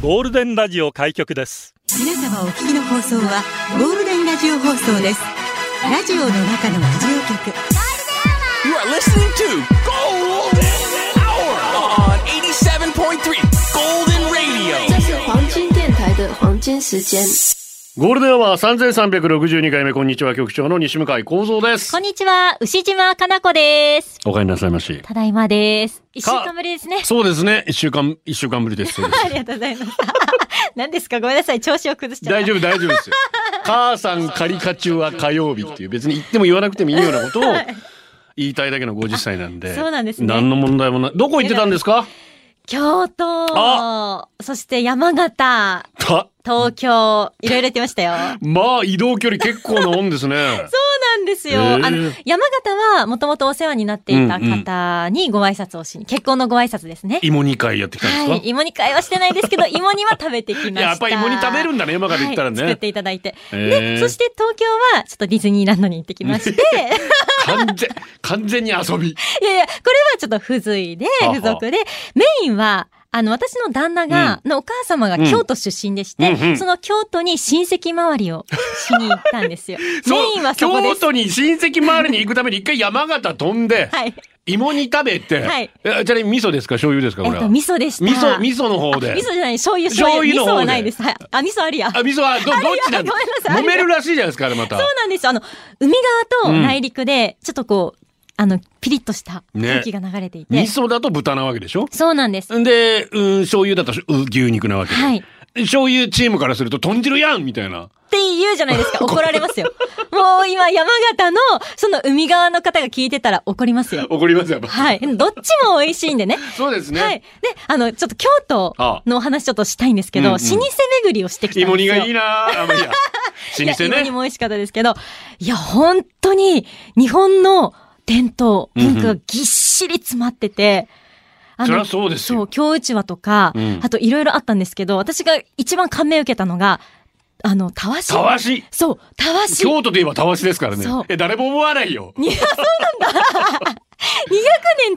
ゴールデンラジオ開局です皆様お聞きの放送はゴールデンラジオ放送ですラジオの中のラジオ局 You are listening to Golden Hour on 87.3 Golden Radio. 这是黄金电台的黄金时间。ゴールデンは三千三百六十二回目こんにちは局長の西向井光三ですこん。にちは、牛島かな子です。お帰りなさいまし。ただいまです。一週間ぶりですね。そうですね。一週間一週間ぶりです。そうです ありがとうございました。 何ですかごめんなさい、調子を崩しちゃった。大丈夫大丈夫 ですよ。母さんカリカチュウは火曜日っていう別に言っても言わなくてもいいようなことを言いたいだけの五十歳なんで。そうなんですね何の問題もない。どこ行ってたんですか？京都、そして山形、た東京、いろいろ言って ましたよ。まあ移動距離結構なもんですね。そうなんですよ。へーあの、山形はもともとお世話になっていた方にご挨拶をしに、結婚のご挨拶ですね。芋煮会やってきたんはでい。すか？芋煮会はしてな いですけど、芋煮は食べてきました。やっぱ芋煮食べるんだね山形行ったらねはい作っていただいて。へーで、そして東京はちょっとディズニーランドに行ってきまして、 完全完全に遊び。 いやいや、これはちょっと付随では、は付属で、メインは、あの、私の旦那が、のお母様が京都出身でして、うんうんうんその京都に親戚回りをしに行ったんですよ。メ そうインはそこで京す。都に親戚周りに行くために一回山形飛んで。はい。芋煮食べて、はいえちなみに味噌ですか醤油ですかえこっれは、と、味噌でした。味噌味噌の方であ味噌じゃない、醤油、醤醤油油。の方味で噌はないです。はい。あ、味噌ありや。あ味噌はどどっちなんだごめんなさい揉めるらしいじゃないですかあれまたそうなんですよ。あの、海側と内陸で、ちょっとこう、あの、ピリッとしたね空気が流れていて。味噌だと豚なわけでしょそうなんです。んで、うん、醤油だとしう牛肉なわけで、はい醤油チームからすると豚汁やんみたいなって言うじゃないで すか。怒られますよ。もう今山形の、その海側の方が聞いてたら怒りますよ。怒りますよ、はい。どっちも美味しいんでね。そうですね、はい。で、あの、ちょっと京都のお話ちょっとしたいんですけあど、あ老舗巡りをしてきたん芋です煮よ。がいいなあ まあいいや老舗いや芋煮ねも美味しかったですけど、いや、本当に日本の伝統、文化がぎっしり詰まってて、あそりゃそうですよそう、京うちわとか、うんあといろいろあったんですけど、私が一番感銘を受けたのが、あの、たわし。たわしそう、たわし。京都といえばたわしですからねそうえ誰も思わないよ200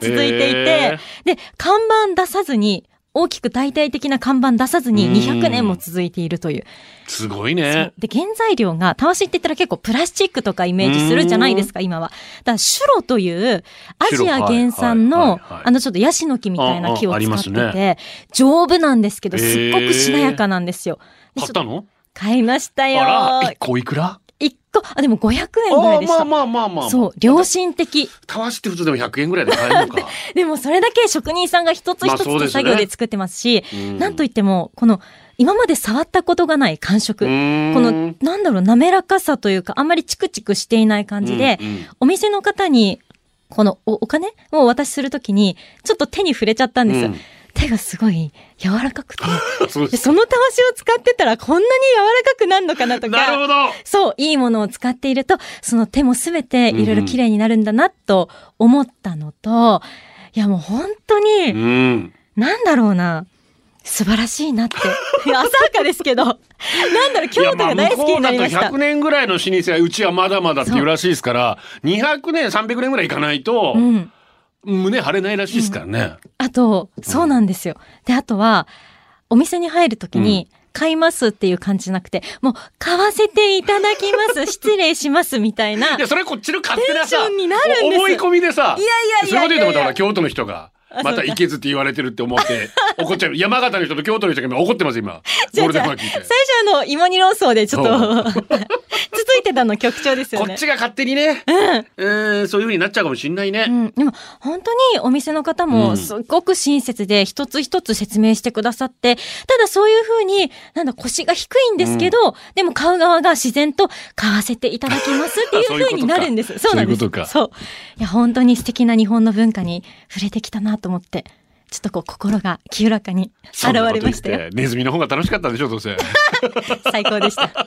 年続いていへて、で、看板出さずに、大きく大体的な看板出さずにうん200年も続いているという。すごいそねうで、原材料が、たわしって言ったら結構プラスチックとかイメージするじゃないですか、今は。だから、シュロという、アジア原産シュロはいのはいはいはい、あのちょっとヤシの木みたいな木ああをあり使まっすてねて、丈夫なんですけど、へすっーごくしなやかなんですよ。で買ちょったの買いましたよ。あら一個いくら1個、あ、でも500円ぐらいでしあた。まあまあまあまあそう、良心的。たわしって普通でも100円ぐらいで買えるの か。でもそれだけ職人さんが一つまあ一つそうです手ね作業で作ってますし、うんなんといっても、この今まで触ったことがない感触、うこーんの、なんだろう、滑らかさというか、あんまりチクチクしていない感じで、うんうんお店の方に、このおお金をお渡しするときに、ちょっと手に触れちゃったんです。うん手がすごい柔らか くて、そうで ですそのたわしを使ってたらこんなに柔らかくなるのかなとなか。るほど そう、いいものを使っていると、その手もすべていろいろ綺麗になるんだなと思ったのと、いやもう本当うに、ん。なんだろうな、素晴らしい なって。いや浅はかですけど、なんだろう、京都が大好きになりましいやあた向こうだと100。年ぐらいの老舗はうちはまだまだっていうらしいですから、200年、300年ぐらいいかないとう、ん。胸張れないらしいですからね。あと、そうなんですよ。で、あとは、お店に入るときに、買いますっていう感じじゃなくて、もう、買わせていただきます、失礼します、みたいな。いや、それこっちの勝手なさ、テンションになるんです思い込みでさ、いやいやいやいやそういうこと言うとまたほら、京都の人が。また行けずって言われてるって思 って怒っちゃう。山形の人と京都の人が今怒ってます、今。ゴールデンバー聞いて最。初あの、芋煮論争でちょっと、 続いてたの局長ですよこね。っちが勝手にね、うん、そういう風になっちゃうかもしんないね。うん、でも本当にお店の方うんもすごく親切で一つ一つ説明してくださって、ただそういうふうに、なんだ、腰が低いんですけど、でも買う側が自然と買わせていただきますっていそうういうことかふうになるんです。そうなんです。そういうことかそう。いや、本当に素敵な日本の文化に触れてきたなと思って、ちょっとこう心が清らかにそ現れましたんなこと言よ。 ってネズミの方が楽しかったんでしょ、どうせ。最高でした。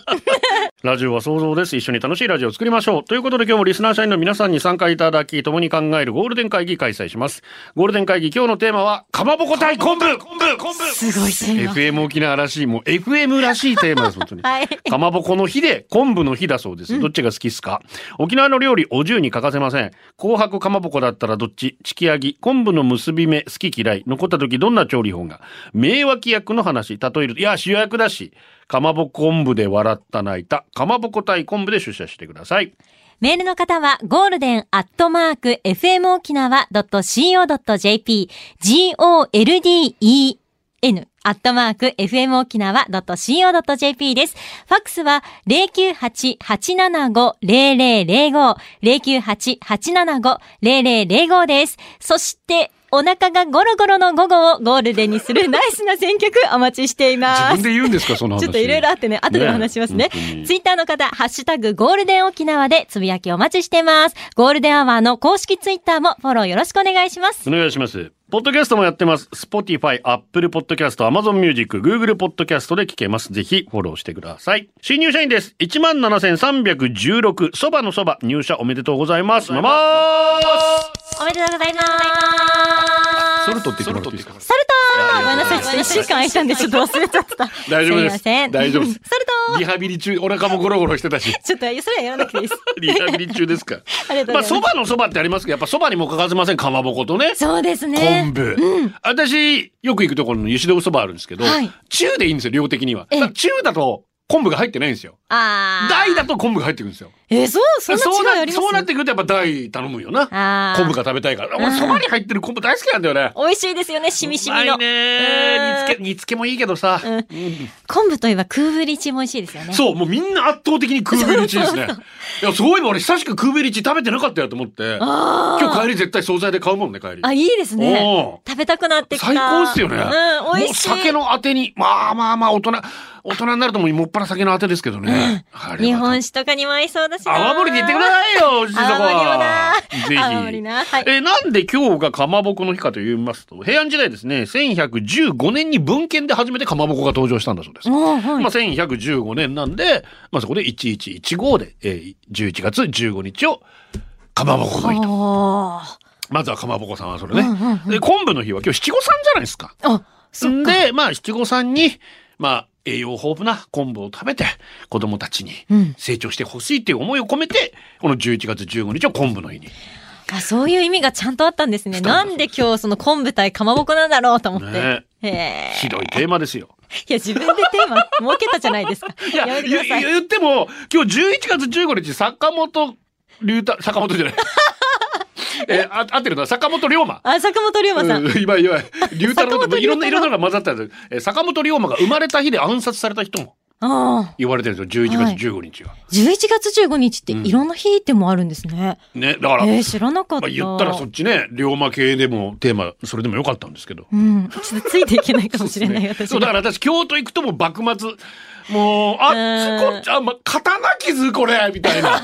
ラジオは想像です。一緒に楽しいラジオを作りましょう。ということで今日もリスナー社員の皆さんに参加いただき、共に考えるゴールデン会議開催します。ゴールデン会議、今日のテーマは、かまぼこ対昆布すごいテーマ FM 沖縄らしい、もう FM らしいテーマです、本当に。はい。 かまぼこの日で昆布の日だそうです。どっちが好きっすか、沖縄の料理、お重に欠かせません。紅白かまぼこだったらどっちチキ揚げ、昆布の結び目、好き嫌い。残った時どんな調理法が名脇役の話、例えると。いや、主役だし。かまぼこ昆布で笑った泣いた。かまぼこ対昆布で出社してください。メールの方は、ゴールデンアットマーク、fmokinawa.co.jp、golden、アットマーク、fmokinawa.co.jp です。ファックスは、098-875-0005、098-875-0005です。そして、お腹がゴロゴロの午後をゴールデンにするナイスな選曲お待ちしています。自分で言うんですか、その話。ちょっといろいろあってね、後でお話しますね。本当にツイッターの方、ハッシュタグゴールデン沖縄でつぶやきお待ちしてます。ゴールデンアワーの公式ツイッターもフォローよろしくお願いします。お願いします。ポッドキャストもやってます。Spotify、Apple Podcast、Amazon Music、Google Podcast で聞けます。ぜひフォローしてください。新入社員です。17,316、そばのそば、入社おめでとうございます。ままおめでとうございます。ソルトって言ってもらっていいですかサルトーごめんなさい、ちょっと一週間空いたんでちょっと忘れちゃった。大丈夫ですすいません。大丈夫ですサルトーリハビリ中、お腹もゴロゴロしてたし。ちょっと、それはやらなくていいです。 リハビリ中です か。ありがとまうごあ、ざいそます。ばのそばってありますけど、やっぱそばにも欠かせません。かまぼことね。そうです昆ね。布、私、よく行くところのゆし豆腐そばあるんですけど、はい中でいいんですよ、量的には。ええただ中だと昆布が入ってないんですよ。あー大だと昆布が入ってくるんですよ。え、そう、そんそうな違いなありますそうなってくるとやっぱ大頼むよな。あー昆布が食べたいから。う俺んそばに入ってる昆布大好きなんだよね。美味しいですよね、しみしみうまい。のね煮うん付け、煮付けもいいけどさ。うん昆布といえば空振りチも美味しいですよね。そう、もうみんな圧倒的にクーベリチです ね。いや、そういえば俺久しくクーベリチ食べてなかったよと思って。あー今日帰り絶対惣菜で買うもんね、帰り。あ、いいですね。おー食べたくなってきた。最高っすよね。うん、美味しい。もう酒のあてに、まあまあまあ大人、大人になるともうもっぱら酒のあてですけどね。あれは日本酒とかにも合いそうだしな。泡盛に行ってくださいよ、おじいそこは泡盛ぜもな。泡ひ盛。な。はい。えーなんで今日がかまぼこの日かと言いますと、平安時代ですね、1115年に文献で初めてかまぼこが登場したんだそうです。おーはいまあ、1115年なんで、まあ、そこで1115で、えー11月15日をかまぼこの日と。おーまずはかまぼこさんはそれね。うんうんうんで、昆布の日は今日七五三じゃないですか。あ、そっか。で、まあ七五三に、まあ栄養豊富な昆布を食べて、子供たちにうん成長してほしいっていう思いを込めて、この11月15日を昆布の日に。あ、そういう意味がちゃんとあったんですね。なんで今日その昆布対かまぼこなんだろうと思って。ねへえ。ひどいテーマですよ。いや、自分でテーマ設けたじゃないですか。いや、やめてくゆださい。言っても、今日11月15日、坂本龍太、坂本じ ゃない。えー、あ合ってるな、坂本龍馬。あ、坂本龍馬さん。うん今、今、龍太郎坂と本龍太郎いろんな、いろんなのが混ざったんですよえー坂本龍馬が生まれた日で暗殺された人もああ。言われてるんですよ、11月15日が。 11月15日っていろんな日でもあるんですね。ね、だから、えー、知らなかまった。あ、言ったらそっちね、龍馬系でもテーマ、それでもよかったんですけど。うん。ちょっとついていけないかもしれない、私。そう、だから私、京都行くともう幕末、もう、あ、うんこっち、あ、ま、刀傷これ、みたい な。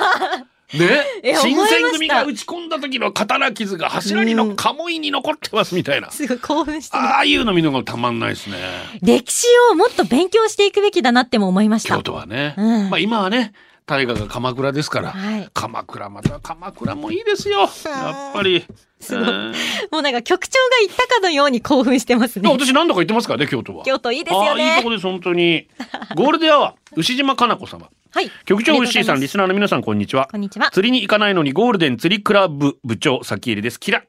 ねえ新選組が思打いち込んだ時の刀傷が柱にの鴨居に残ってます、みたいな。すごい興奮してるああいうの見るのがたまんないですね。歴史をもっと勉強していくべきだなっても思いました。京都はね。うんまあ今はね、大河が鎌倉ですから。はい鎌倉、また鎌倉もいいですよ。やっぱり。すごいうんもうなんか局長が言ったかのように興奮してますでもね。私何度か行ってますからね、京都は。京都いいですよねああいいとこです、本当に。ゴールデンアワー、牛島かな子様。はい。局長ウッシーさあん、りリがとスナーの皆さん、こんにちは。うございますこんにちは。釣りに行かないのにゴールデン釣りクラブ部長、先入りです。キラ。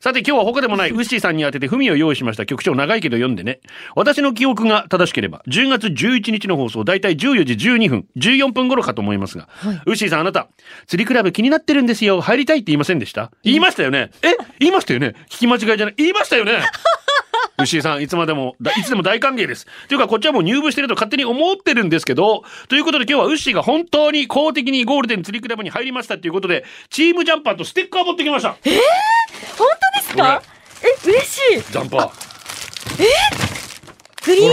さて今日は他でもないウッシーさんに当てて文を用意しました局長長いけど読んでね私の記憶が正しければ10月11日の放送大体14時12分14分頃かと思いますが、ウッシーさんあなた釣りクラブ気になってるんですよ入りたいって言いませんでした言いましたよねえ言いましたよね聞き間違いじゃない言いましたよね牛井さん、いつまでも、だいつでも大歓迎です。というか、こっちはもう入部してると勝手に思ってるんですけど、ということで今日は牛井が本当に公的にゴールデン釣りクラブに入りましたということで、チームジャンパーとステッカー持ってきました。え本当ですかえ、嬉しい。ジャンパー、グリーン色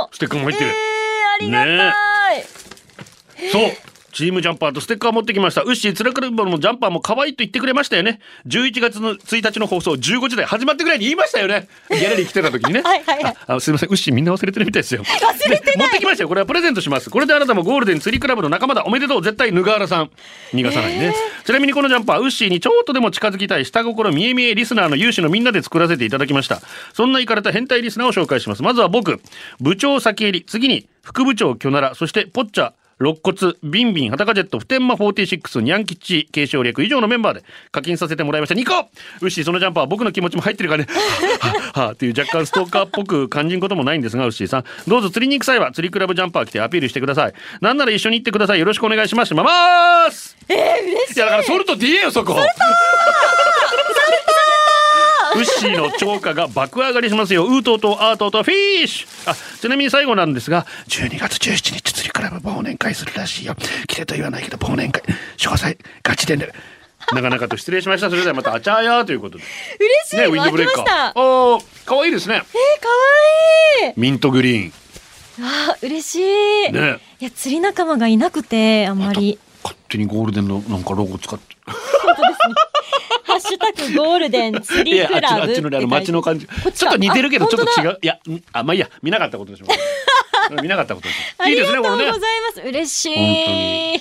の。ステッカーも入ってえー、ありがたい。る。そう、チームジャンパーとステッカー持ってきました。ウッシー、つらくるぼのジャンパーも可愛いと言ってくれましたよね。11月の1日の放送、15時台始まってぐらいに言いましたよね。ギャラリー来てた時にね。はいはいはいああのすいません、ウッシーみんな忘れてるみたいですよ。忘れてないで持ってきましたよ。これはプレゼントします。これであなたもゴールデン釣りクラブの仲間だ。おめでとう。絶対、ヌガーラさん。逃がさないね。ちなみにこのジャンパー、ウッシーにちょっとでも近づきたい下心見え見えリスナーの有志のみんなで作らせていただきました。そんなイカれた変態リスナーを紹介します。まずは僕、部長先襟、次に副部長キョナラ、そしてポッチャ、肋骨、ビンビン、ハタカジェット、普天間46、ニャン吉、継承略以上のメンバーで課金させてもらいました。2個ウッシー、そのジャンパーは僕の気持ちも入ってるからね。はあはあという若干ストーカーっぽく感じんこともないんですが、ウッシーさん。どうぞ釣りに行く際は釣りクラブジャンパー着てアピールしてください。なんなら一緒に行ってください。よろしくお願いします。ママーすえ嬉しい。いやだからソルトって言えよ、そこ。ウッシーの超過が爆上がりしますよ。ウートーとアートーとフィッシュあ、ちなみに最後なんですが、12月17日釣りクラブ忘年会するらしいよ。来てと言わないけど忘年会。詳細、ガチでね。なかなかと失礼しました。それではまたあちゃーやーということで。嬉しい、ね、ウィン開ドブレきまーカしー。た。えおー、かわいいですね。ー、かわいい。ミントグリーン。あー、嬉しい。ねいや、釣り仲間がいなくて、あんまり。勝手にゴールデンのなんかロゴ使って。ハッシュタグゴールデン釣りクラあっちあブ。っちのねあの街の感じ。こっちちかょっと似てるけど、あちょっと違本う。いや、んあ、まあいいや、見なかったことでしょ う。見なかったことでしょう。あいいりでがすとね、うこれございねま。す。嬉し本当い。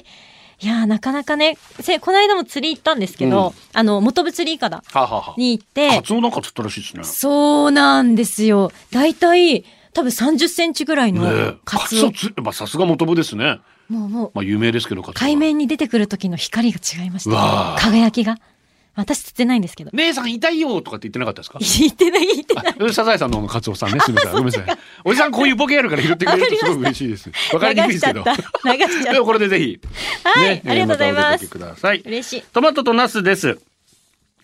いやー、なかなかね、せ、この間も釣り行ったんですけうど、んあの、元部釣りイカダはあはあはあ。に行っカて、ツオなんか釣ったらしいですね。そうなんですよ。だいたい、多分30センチぐらいねのえカカツツオ。オ釣まあさすが元部ですね。もうもう、まあ有名ですけどカツオ。海。面に出てくる時の光が違いましうわた。ー輝きが。私釣ってないんですけど。姉さん痛いよとかって言ってなかったですか。言ってない、言ってない。あサザエさんの方のカツオさん ね、すみません、ごめんなさい。おじさんこういうボケやるから拾ってくれるとすごい嬉しいです。 わかりにくいですけど。 流しちゃった。流しちゃ でっもこれでぜひ。た。はい、ねありがとうございたおま出すかけ。ください。嬉しい。トマトとナスです。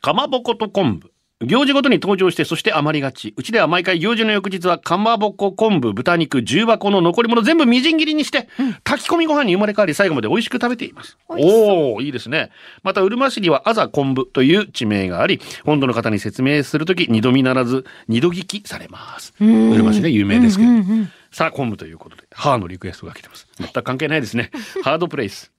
かまぼこと昆布。行事ごとに登場して、そして余りがち。うちでは毎回行事の翌日は、かまぼこ、昆布、豚肉、重箱の残り物全部みじん切りにして、炊き込みご飯に生まれ変わり、最後まで美味しく食べています。おおーいいですね。また、うるま市には、あざ昆布という地名があり、本土の方に説明するとき、二度見ならず、二度聞きされます。うるま市ね、有名ですけど。さあ、昆布ということで、母のリクエストが来てます。全く関係ないです ね。ハードプレイス。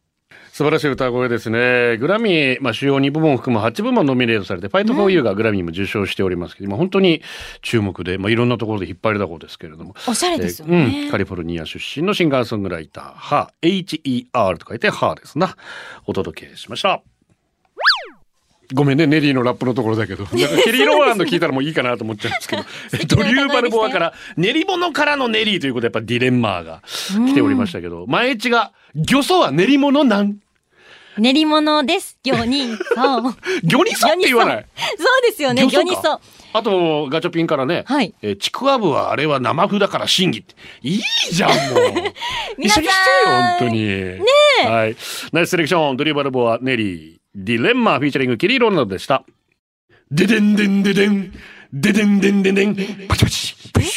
素晴らしい歌声ですね。グラミー、まあ、主要2部門を含む8部門ノミネートされて、ファイトフォーユーがグラミーも受賞しておりますけど、今本当に注目で、まあ、いろんなところで引っ張りだこですけれども。おしゃれですよねえーうん。カリフォルニア出身のシンガーソングライター、ハー、HER と書いて、ハーですな。お届けしました。ごめんね、ネリーのラップのところだ けど。なんかケリー・ローランド聞いたらもういいかなと思っちゃうんですけど、 ドリュー・バルボアから、練り物からのネリーということで、やっぱディレンマーが来ておりましたけど、前一が、魚素は練り物なん練り物です。魚人相。そう魚にそって言わない。そうですよね。魚人相か。あと、ガチャピンからね、はいえーちくわぶはあれは生麩だから審議って。いいじゃん、もう。一皆さ緒んにしてよ、本当に。ねえ。はい。ナイスセレクション、ドリバルボア、ネリー、ディレンマー、フィーチャリング、キリーローナルドでした。ででんでんででん、ででんでんででん、パチパチ、パチ。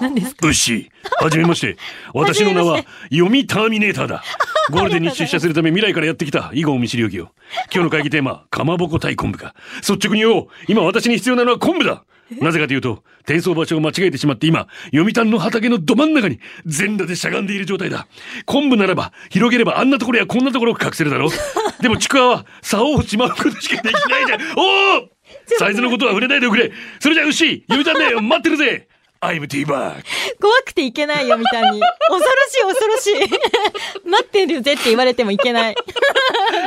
何ですかウッシー、はじめまして。私の名 は、読みターミネーター だ。ゴールデンに出社するため未来からやってきた、以後見知りおきよ。今日の会議テーマ、かまぼこ対昆布か。率直に言おう。今私に必要なのは昆布だ。なぜかというと、転送場所を間違えてしまって今、読谷の畑のど真ん中に全裸でしゃがんでいる状態だ。昆布ならば、広げればあんなところやこんなところを隠せる だろう。でもちくわは、竿をしまうことしかできない じゃん。おおサイズのことは触れないでおくれ。それじゃあ、牛、読谷で待ってるぜ。I'm T バー怖くていけないよ、みたいに。恐ろしい、恐ろしい。 待ってるぜって言われてもいけない。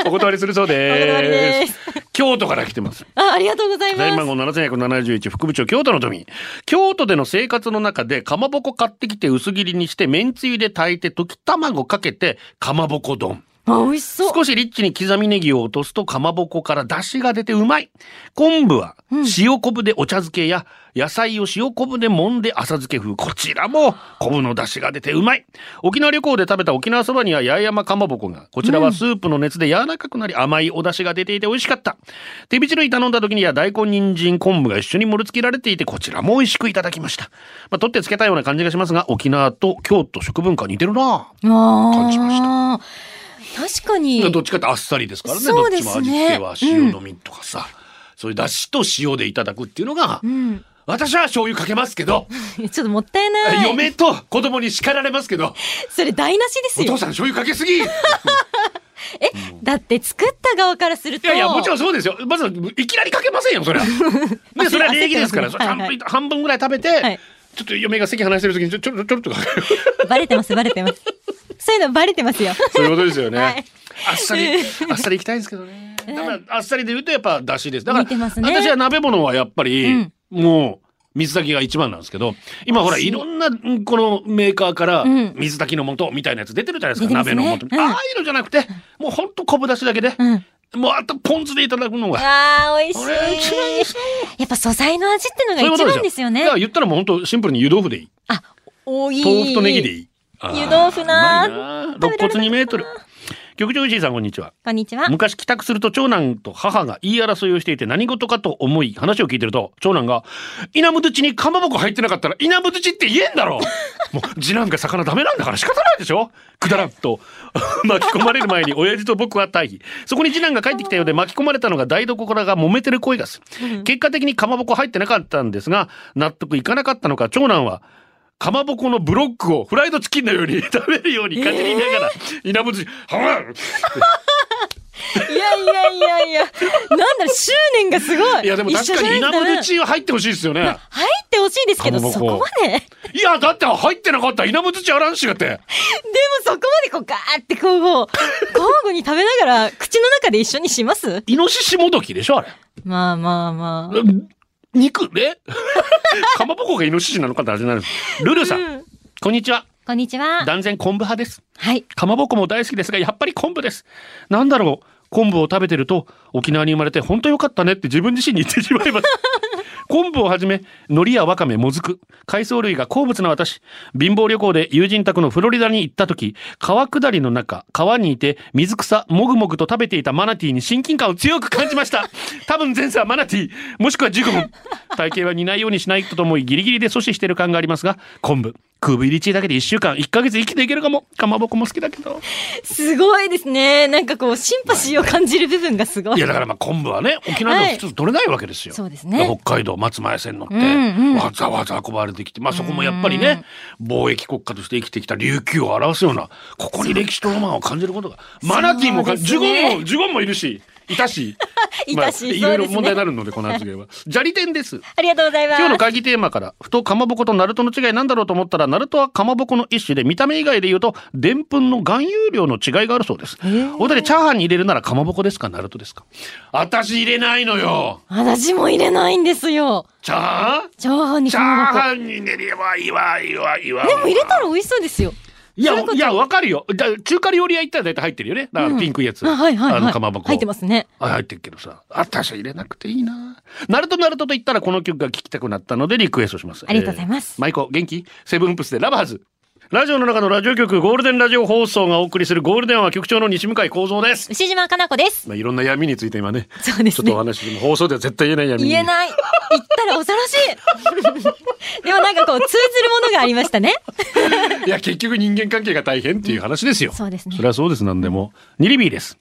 お断りするそうです。お断りです京都から来てます。あ、ありがとうござい大ま番す。号7171副部長京都の富京都での生活の中でかまぼこ買ってきて薄切りにしてめんつゆで炊いて溶き卵かけてかまぼこ丼あ、美味しそう。少しリッチに刻みネギを落とすとかまぼこから出汁が出てうまい昆布は塩昆布でお茶漬けや野菜を塩昆布で揉んで浅漬け風こちらも昆布の出汁が出てうまい沖縄旅行で食べた沖縄そばには八重山かまぼこがこちらはスープの熱で柔らかくなり甘いお出汁が出ていて美味しかった手びち類頼んだ時には大根人参昆布が一緒に盛り付けられていてこちらも美味しくいただきました、まあ、取ってつけたような感じがしますが沖縄と京都食文化似てるな感じましああ。確かに。どっちかってあっさりですからね。そうでどっすねちも味付けはうん塩のみとかさ、そういう出汁と塩でいただくっていうのが、うん。私は醤油かけますけ ど、ちょっともったいない。嫁と子供に叱られますけど、それ台無しですおよ父。さん醤油かけ すぎいえ、だって作った側からすると。やいや、もちろんそうですよ。まず、いきなりかけませんよ、そ れは。で、それは礼儀ですから、焦そってますねれ半分半分ぐらい食べて、はいちょっと嫁が席離してる時にちょ、ちょ、ちょ、ちょっとかける。バレてます、バレてます。そういうのバレてますよ。 そういうことですよね。はいあっさり、あっさり行きたいんですけどね。だから、あっさりで言うと、やっぱ、だしです。だか似てら、ますね私は鍋物はやっぱり、うんもう、水炊きが一番なんですけど、今ほら、いろんな、うんこのメーカーからうん、水炊きの素みたいなやつ出てるじゃないです出てか、ますね鍋の素。うんああいうのじゃなくて、もうほんと昆布だしだけで、うん。もうあとポン酢でいただくのが、あー、美味しこれが一番いいですい。やっぱ素材の味ってのそういうこが一と番ですよねだか。ら言ったらもう本当シンプルに湯豆腐でいい。あ、おいい。豆腐とネギでいい。い。あー湯豆腐なーうまいなー肋骨2メートル。局長石井さんこんにちは。こんにちは。昔帰宅すると長男と母が言い争いをしていて何事かと思い話を聞いてると長男が「稲む土にかまぼこ入ってなかったら稲む土って言えんだろ!」 もう次男が魚ダメなんだから仕方ないでしょくだらんと 巻き込まれる前に親父と僕は退避そこに次男が帰ってきたようで巻き込まれたのが台所からが揉めてる声がする結果的にかまぼこ入ってなかったんですが納得いかなかったのか長男はかまぼこのブロックをフライドチキンのように 食べるようにかじりながら、稲む土「はわん!」いやいやいやいや。なんだろう、執念がすごい。いやでも確かに一緒じゃ稲ないんだなむ土は入ってほしいですよね。入ってほしいですけど、かまぼこそこまで。でもいやだって入ってなかった稲む土あらんしがって。そこまでこうガーってこう、こう交互に食べながら、口の中で一緒にしますイノシシもどきでしょあれ。まあまあまあ。うん肉ね。 かまぼこがイノシシなのかって味になる。ルルさん、うんこんにちは。こんにちは。断然昆布派です。はい。かまぼこも大好きですがやっぱり昆布です。なんだろう昆布を食べてると沖縄に生まれて本当よかったねって自分自身に言ってしまいます。昆布をはじめ海苔やわかめもずく海藻類が好物な私貧乏旅行で友人宅のフロリダに行った時川下りの中川にいて水草もぐもぐと食べていたマナティーに親近感を強く感じました 多分前世はマナティーもしくはジゴム体型は似ないようにしないとと思いギリギリで阻止している感がありますが昆布空ブ入りチーだけで1週間1ヶ月生きていけるかもかまぼこも好きだけどすごいですね。なんかこう、シンパシーを感じる部分がすごいい。やだからまあ昆布はね沖縄では普通取れないわけですよ、そうですね。北海道松前線乗って、うんうんわざわざ運ばれてきて、まあ、そこもやっぱりね、貿易国家として生きてきた琉球を表すようなここに歴史とロマンを感じることがマナティーもか、そうですジュねゴンもジュゴンもいるしいたし いたしまあ、いそろういでろすね問題になるのでこの発言は砂利店ですありがとうございます。今日の会議テーマからふとかまぼことナルトの違いなんだろうと思ったらナルトはかまぼこの一種で見た目以外で言うとでんぷんの含有量の違いがあるそうですお二人チャーハンに入れるならかまぼこですかナルトですか私入れないのよ私も入れないんですよ。チャーハンチャーハンにチャーハかンに練りはいいわいいわいいわまぼこ。でも入れたら美味しそうですよ。いそういやうこといやわかるよだ中華料理屋行ったら大体入ってるよねだからピンクいやつ、あはいはいはい。あのかまぼこ入ってますね。あ入ってるけどさ私は入れなくていいなナルトナルトと言ったらこの曲が聴きたくなったのでリクエストしますありがとうございますえーマイコ元気セブンプスでラバーズラジオの中のラジオ局ゴールデンラジオ放送がお送りするゴールデンは局長の西向井光三です牛島かな子です。まあいろんな闇について今ねそうですちょっとねお。話し放送では絶対言えない闇に言えない。言ったら恐 ろしい。でもなんかこう、通ずるものがありましたね。いや結局人間関係が大変っていう話ですよ、そうですねそれはそうですなんでもニリビーです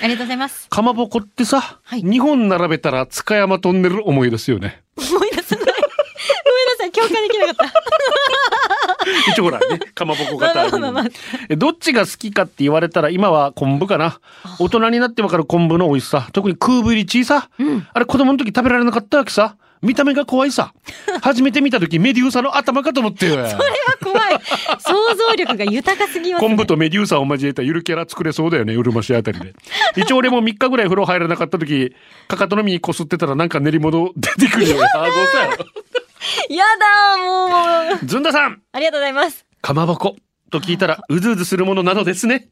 ありがとうございます。かまぼこってさ、はい2本並べたら塚山トンネル思い出すよね。思い出さない。ごめんなさい。共感できなかった。一応ほら ね、かまぼこ型まあまあまあまあえどっちが好きかって言われたら今は昆布かな。大人になってわかる昆布の美味しさ。特に空ぶ入り小さ、あれ子供の時食べられなかったわけさ。見た目が怖いさ。初めて見た時メデューサの頭かと思ってよ。これは怖い。想像力が豊かすぎますね。昆布とメデューサを交えたゆるキャラ作れそうだよね、うるま市あたりで。一応俺も3日ぐらい風呂入らなかった時、かかとのみにこすってたらなんか練り物出てくるよ。あ、ごさよ。やだもう。ずんださんありがとうございます。かまぼこと聞いたらうずうずするものなのですね。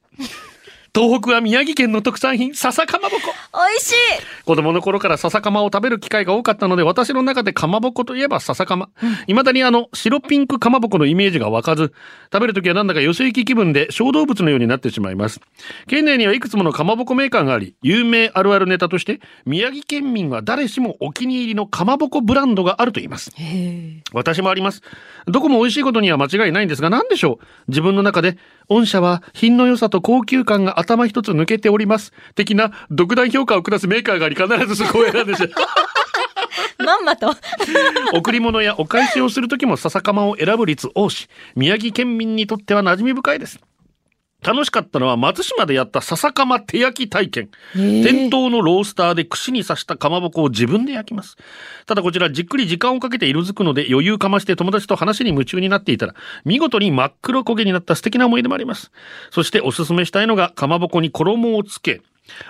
東北は宮城県の特産品、笹かまぼこ。美味しい。子供の頃から笹かまを食べる機会が多かったので、私の中でかまぼこといえば笹かま。未だにあの、白ピンクかまぼこのイメージが湧かず、食べるときはなんだか寄せ行き気分で小動物のようになってしまいます。県内にはいくつものかまぼこメーカーがあり、有名あるあるネタとして、宮城県民は誰しもお気に入りのかまぼこブランドがあると言います。私もあります。どこも美味しいことには間違いないんですが、何でしょう自分の中で、御社は品の良さと高級感が頭一つ抜けております。的な独断評価を下すメーカーがあり、必ずそこを選んでしまう。まんまと。贈り物やお返しをする時も笹かまを選ぶ率多し宮城県民にとっては馴染み深いです楽しかったのは松島でやった笹かま手焼き体験、店頭のロースターで串に刺したかまぼこを自分で焼きますただこちらじっくり時間をかけて色づくので余裕かまして友達と話に夢中になっていたら見事に真っ黒焦げになった素敵な思い出もありますそしておすすめしたいのがかまぼこに衣をつけ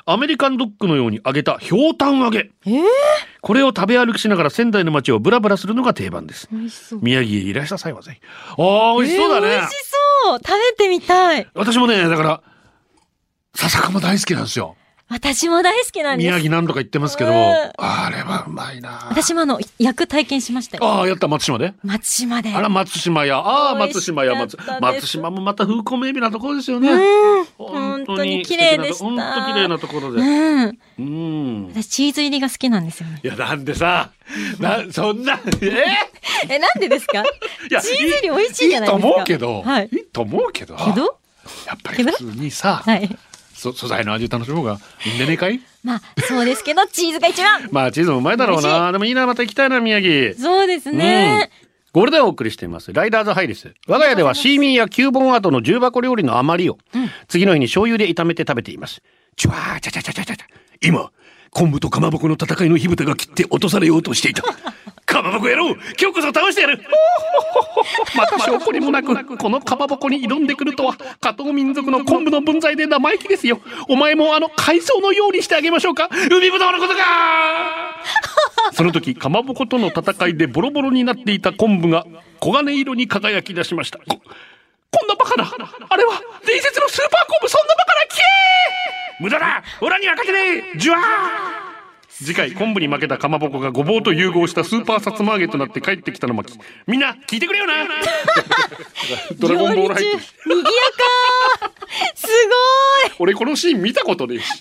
アメリカンドッグのように揚げたひょうたん揚げこれを食べ歩きしながら仙台の街をブラブラするのが定番です。宮城へいらした際はぜひ。ああ、美味しそうだね。えー美味しそう食べてみたい私もね、だから、笹かま大好きなんですよ。私も大好きなんです。宮城何度か行ってますけどうんも、あれはうまいな。私もあの、焼く体験しましたよ。ああ、やった、松島で。松島で。あら、松島や。ああ、美味松し島や、かっ松たです。松島もまた風光明媚なところですよね。本当に綺麗でした本当綺麗なところで。うん。うん。私、チーズ入りが好きなんですよね。いや、なんでさ、な、そんな、ええ、なんでですいかやチーズ入り美味しいじゃないですか。いいと思うけど、はいい。、いと思うけどけどやっぱり普通にさ、はい。そ素材の味楽しもうがいいんでねえかいまあ、そうですけど、チーズが一番まあチーズもうまいだろうなでもいいなまた行きたいな宮城そうですうんね。ゴールデンをお送りしています。ライダーズハイです。我が家ではシーミーやキューボンアートの重箱料理の余りを、次の日に醤油で炒めて食べています。チュワーチャチャチャチャチャチャ。今、昆布とかまぼこの戦いの火蓋が切って落とされようとしていた。かまぼこ野郎今日こそ倒してやるまた証拠にもなく、このかまぼこに挑んでくるとは、加藤民族の昆布の分際で生意気ですよ。お前もあの海藻のようにしてあげましょうか海ぶどうのことかその時かまぼことの戦いでボロボロになっていた昆布が黄金色に輝き出しましたここんなバカなあれは伝説のスーパー昆布そんなバカな消え無駄だ裏にはかけねえジュワー次回昆布に負けたかまぼこがごぼうと融合したスーパーさつま揚げとなって帰ってきたの巻みんな聞いてくれよなドラゴンボール入ってるし賑やかす俺このシーン見たことねえしごい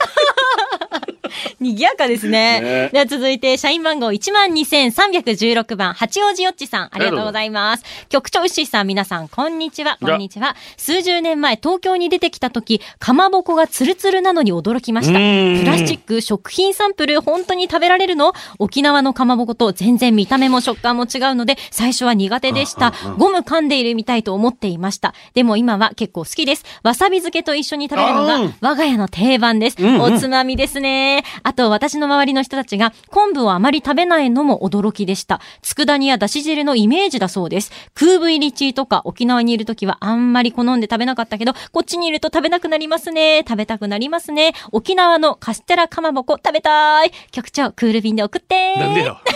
賑やかですねね。では続いて、社員番号12,316番、八王子よっちさん、ありがとうございます。局長牛さん、皆さん、こんにちは。じゃあこんにちは。数十年前、東京に出てきた時、かまぼこがツルツルなのに驚きました。うんプラスチック、食品サンプル、本当に食べられるの沖縄のかまぼこと全然見た目も食感も違うので、最初は苦手でした。ゴム噛んでいるみたいと思っていました。でも今は結構好きです。わさび漬けと一緒に食べるのあーが我が家の定番です。おつまみですね。あと、私の周りの人たちが昆布をあまり食べないのも驚きでした。佃煮やだし汁のイメージだそうです。空ブ入りチーとか沖縄にいるときはあんまり好んで食べなかったけど、こっちにいると食べなくなりますね。食べたくなりますね。沖縄のカステラかまぼこ食べたい。局長、クール便で送って。なんでよ。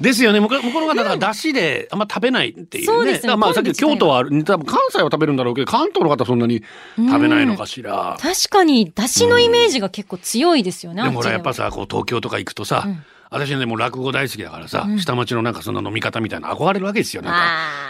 ですよね。向こう向こうの方がだしであんま食べないっていうね。そうですねだからまあさっき京昆布自体都はある多分関西は食べるんだろうけど、関東の方はそんなに食べないのかしら。確かに、だしのイメージが結構強いですよね。でもほらあやちっでぱはさ、こう東京とか行くとさ、私ね、もう落語大好きだからさ、下町のなんかそんな飲み方みたいな憧れるわけですよ。なんあ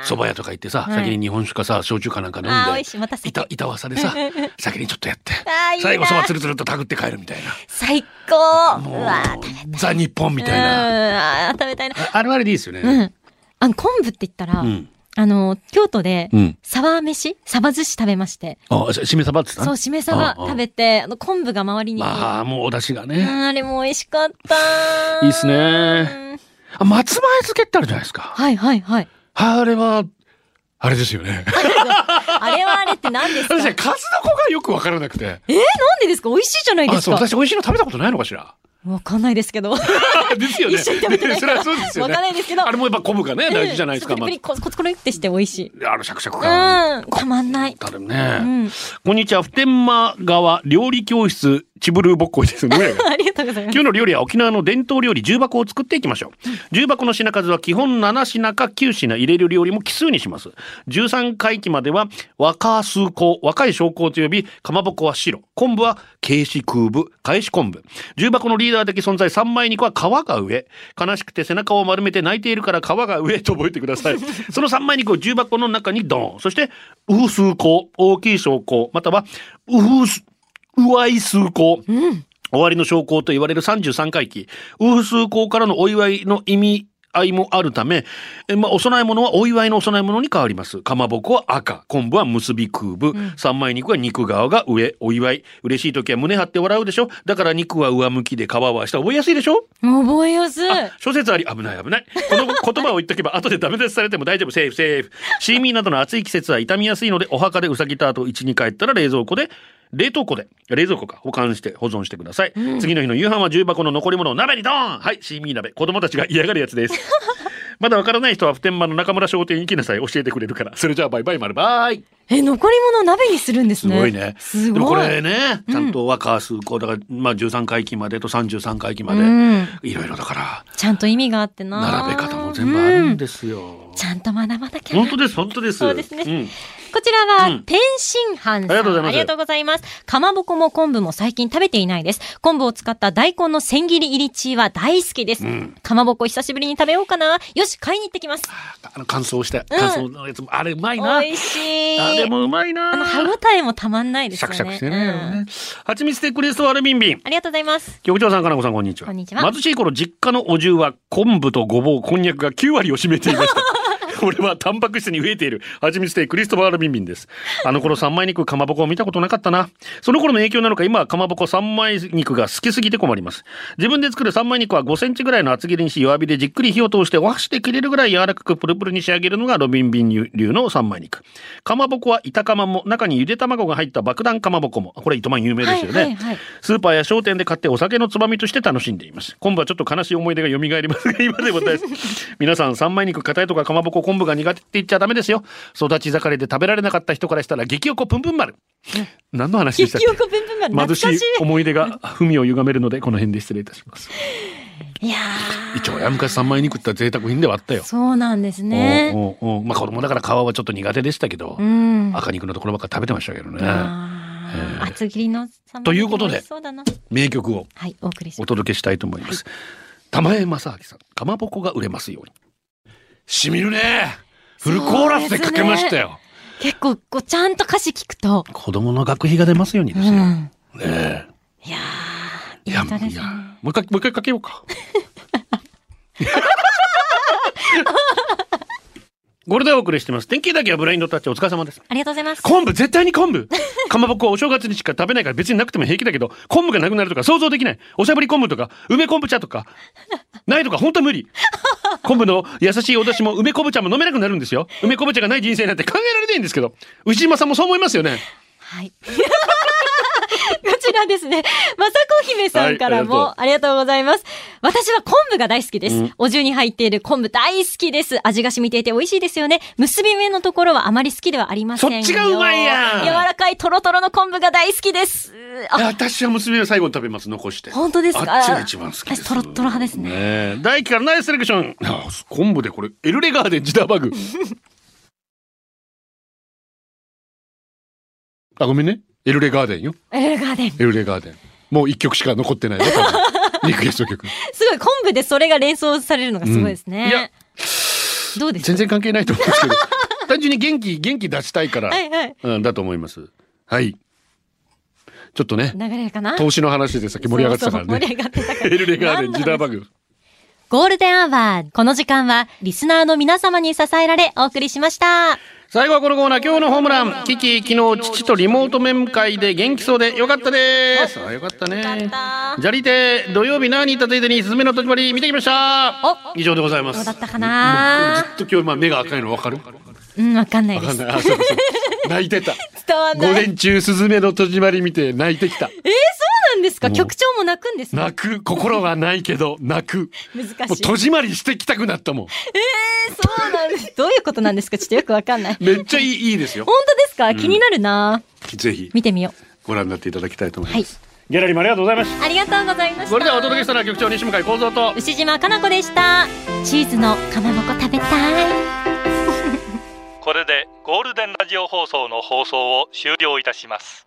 か、ー蕎麦屋とか行ってさ、はい先に日本酒かさ、焼酎かなんか飲んで、あー美味しいまた酒板板わさで さ、先にちょっとやってあーいい、な最後蕎麦つるつるとたぐって帰るみたいな。最高うもわーう、ザ日本みたいな。うん、あー食べたいな。ああれはあれでいいですよね。うん。あの、昆布って言ったら、うんあの、京都でうん、サバ飯サバ寿司食べまして。あ、ししめ鯖って言ったそう、しめサバ食べて、あの、昆布が周りに。まあ、もうお出汁がうんね。あれも美味しかった。いいっすね。うん。あ、松前漬けってあるじゃないですか。はいはいはい。あれは、あれですよね。あれはあれって何で すか私なね、ん数の子がよくわからなくて。でですか美味しいじゃないであ、すそう、か。私美味しいの食べたことないのかし ら。わかんないです けど。ですよね。一緒に食べてないそれからはそうですよね。わかんないですけどあれもやっぱ昆布がね、大事じゃない ですか。うんまプリプリココツコリってして美味しい。ああの、シャクシャクうん。感。たまんない。だるうね。ん。 こんにちは、普天間川料理教室、チブルーぼっこいですね。ありがとうございます今。日の料理は沖縄の伝統料理重箱を作っていきましょう重箱の品数は基本7品か9品入れる料理も奇数にします13回忌までは若数香若い将香と呼びかまぼこは白昆布は軽視空部返し昆布重箱のリーダー的存在三枚肉は皮が上悲しくて背中を丸めて泣いているから皮が上と覚えてくださいその三枚肉を重箱の中にドーンそしてウー数香大きい将香またはウースうわい数香終わりの証拠と言われる33回忌、ウースー公からのお祝いの意味合いもあるため、えまあ、お供え物はお祝いのお供え物に変わります。かまぼこは赤、昆布は結び空部、三枚肉は肉側が上、お祝い。嬉しい時は胸張って笑うでしょだから肉は上向きで皮は下、覚えやすいでしょ覚えやすい。あ諸説あり危ない危ないこの 言葉を言っとけば後でダメ出しされても大丈夫セーフセーフシーミーなどの暑い季節は傷みやすいのでお墓でうさぎた後家に帰ったら冷蔵庫で冷凍庫で冷蔵庫か保管して保存してください、次の日の夕飯は重箱の残り物を鍋にドーンはいシーミー鍋子供たちが嫌がるやつです まだわからない人は普天間の中村商店に行きなさい教えてくれるからそれじゃあバイバイ丸バイえ、残り物鍋にするんですすね。ごいね。すでもごこい。れね、ちゃんと若数こうだから、まあ13回忌までと33回忌まで、うんいろいろだから、ちゃんと意味があってな。並べ方も全部あるんでで、すよ。ちゃんと学ばなきゃな本当です本当です。そうですねんこちらは、うん天津飯さん。ありがとうございますがとうございますかまぼこも昆布も最近食べていないです。昆布を使った大根の千切り入りチーは大好きです。かまぼこ久しぶりに食べようかな。よし、買いに行ってきます。あの乾燥して乾燥のやつもあれうまいな。美味しい。あれもうまいあの、歯な。応えもたまんないですシよャね。クシャクしてうんね。はちみつでクレストアルビンビン。ありがとうございます。局長さん、かなこさん、こんにちは。こんにちは貧しい頃、実家のお重は昆布とごぼう、こんにゃくが9割を占めてい ました。俺はタンパク質に増えている、はちみつでクリストファールビンビンです。あの頃三枚肉かまぼこを見たことなかったな。その頃の影響なのか、今はかまぼこ三枚肉が好きすぎて困ります。自分で作る三枚肉は5センチぐらいの厚切りにし、弱火でじっくり火を通して、お箸で切れるぐらい柔らかくプルプルに仕上げるのがロビンビン流の三枚肉。かまぼこは板かまも、中にゆで卵が入った爆弾かまぼこも、これ糸満有名ですよね。はいはいはいスーパーや商店で買ってお酒のつまみとして楽しんでいます。昆布はちょっと悲しい思い出が蘇りますが、 今でも大好き。皆さん、三枚肉、硬いとかかまぼこ、昆布が苦手って言っちゃダメですよ。育ち盛りで食べられなかった人からしたら、激おこぷんぷん丸。何の話でしたっ記憶けぶんぶんが貧懐かししい。い思い出が文を歪めるので、この辺で失礼いたします。いや 一応や昔三枚肉って贅沢品ではあったよー。そうなんですね。おうおうおうまあ子供だから皮はちょっと苦手でしたけど、うん。赤肉のところばっか食べてましたけどね。あー厚切りの三枚肉ということで美味しそうだな名曲をはい、お送りしおます。届けしたいと思います。玉江正明さん、かまぼこが売れますように。しみるね。フルコーラスでかけましたよ。結構、こう、ちゃんと歌詞聞くと。子供の学費が出ますようにうですよ。ねん。えいいやー、いや、いいや歌ですね。、もう一回、もう一回かけよう か。これでお送りしてます。天気だけはブラインドタッチお疲れ様です。ありがとうございます。昆布絶対に昆 布かまぼこはお正月にしか食べないから別になくても平気だけど昆布がなくなるとか想像できないおしゃぶり昆布とか梅昆布茶と かないとか本当無理昆布の優しいお出汁も梅昆布茶も飲めなくなるんですよ梅昆布茶がない人生なんて考えられないんですけど牛島さんもそう思いますよねはい。 こちらですね。まさこ姫さんからも、はありがとうございます。私は昆布が大好きです。お重に入っている昆布大好きです。味が染みていて美味しいですよね。結び目のところはあまり好きではありませんよ。そっちがうまいやん柔らかいトロトロの昆布が大好きです。あ、私は娘を最後に食べます残して本当ですかあっちが一番好きです私トロットロ派ですねえ大輝からナイスセレクションあ昆布でこれエルレガーデンジダー バグあごめんねエルレガーデンよエルガーデン。エルレガーデン。もう一曲しか残ってないね。多分リクエスト曲。 すごい、昆布でそれが連想されるのがすごいですね。うんいやどうです全然関係ないと思うんですけ ど。単純に元気、元気出したいから、はいはい。うん、だと思います。はい。ちょっとね、流れるかな投資の話でさっき盛り上がってたからそうそう盛ね。り上がってたから。 エルレガーデン、何の話ジダーバグ。ゴールデンアワー。この時間は、リスナーの皆様に支えられ、お送りしました。最後はこのコーナー、今日のホームラン。キキ、昨日、父とリモート面会で元気そうでよかったです。あ、よかったねよかっ。たじゃりて、土曜日何に行ったついでに、すずめの戸締まり見てきました。お以上でございまどうす。だったかずなっと今日、まあ、目が赤いの分かるうん、わかんないでわかす。んない。伝あ、そうそう。泣いてた。わん午ない。えー、そう前中、スズメの戸締まり見て泣いてきた。なんですかもう局長も泣くんですか泣く。心はないけど、泣く。難しい。えもう戸締まりしてきたくなったもん。ー、そうなんです。どういうことなんですかちょっとよくわかんない。めっちゃいい、いいですよ。本当ですか気になるな、ぜひ、見てみよう。ご覧になっていただきたいと思いはまいす。。ギャラリーもありがとうございまし。ありがとうございましたた。それではお届けしたのは局長西向井幸三と、牛島かな子でしたチーズのかまぼこ食べたいこれでゴールデンラジオ放送の放送を終了いたします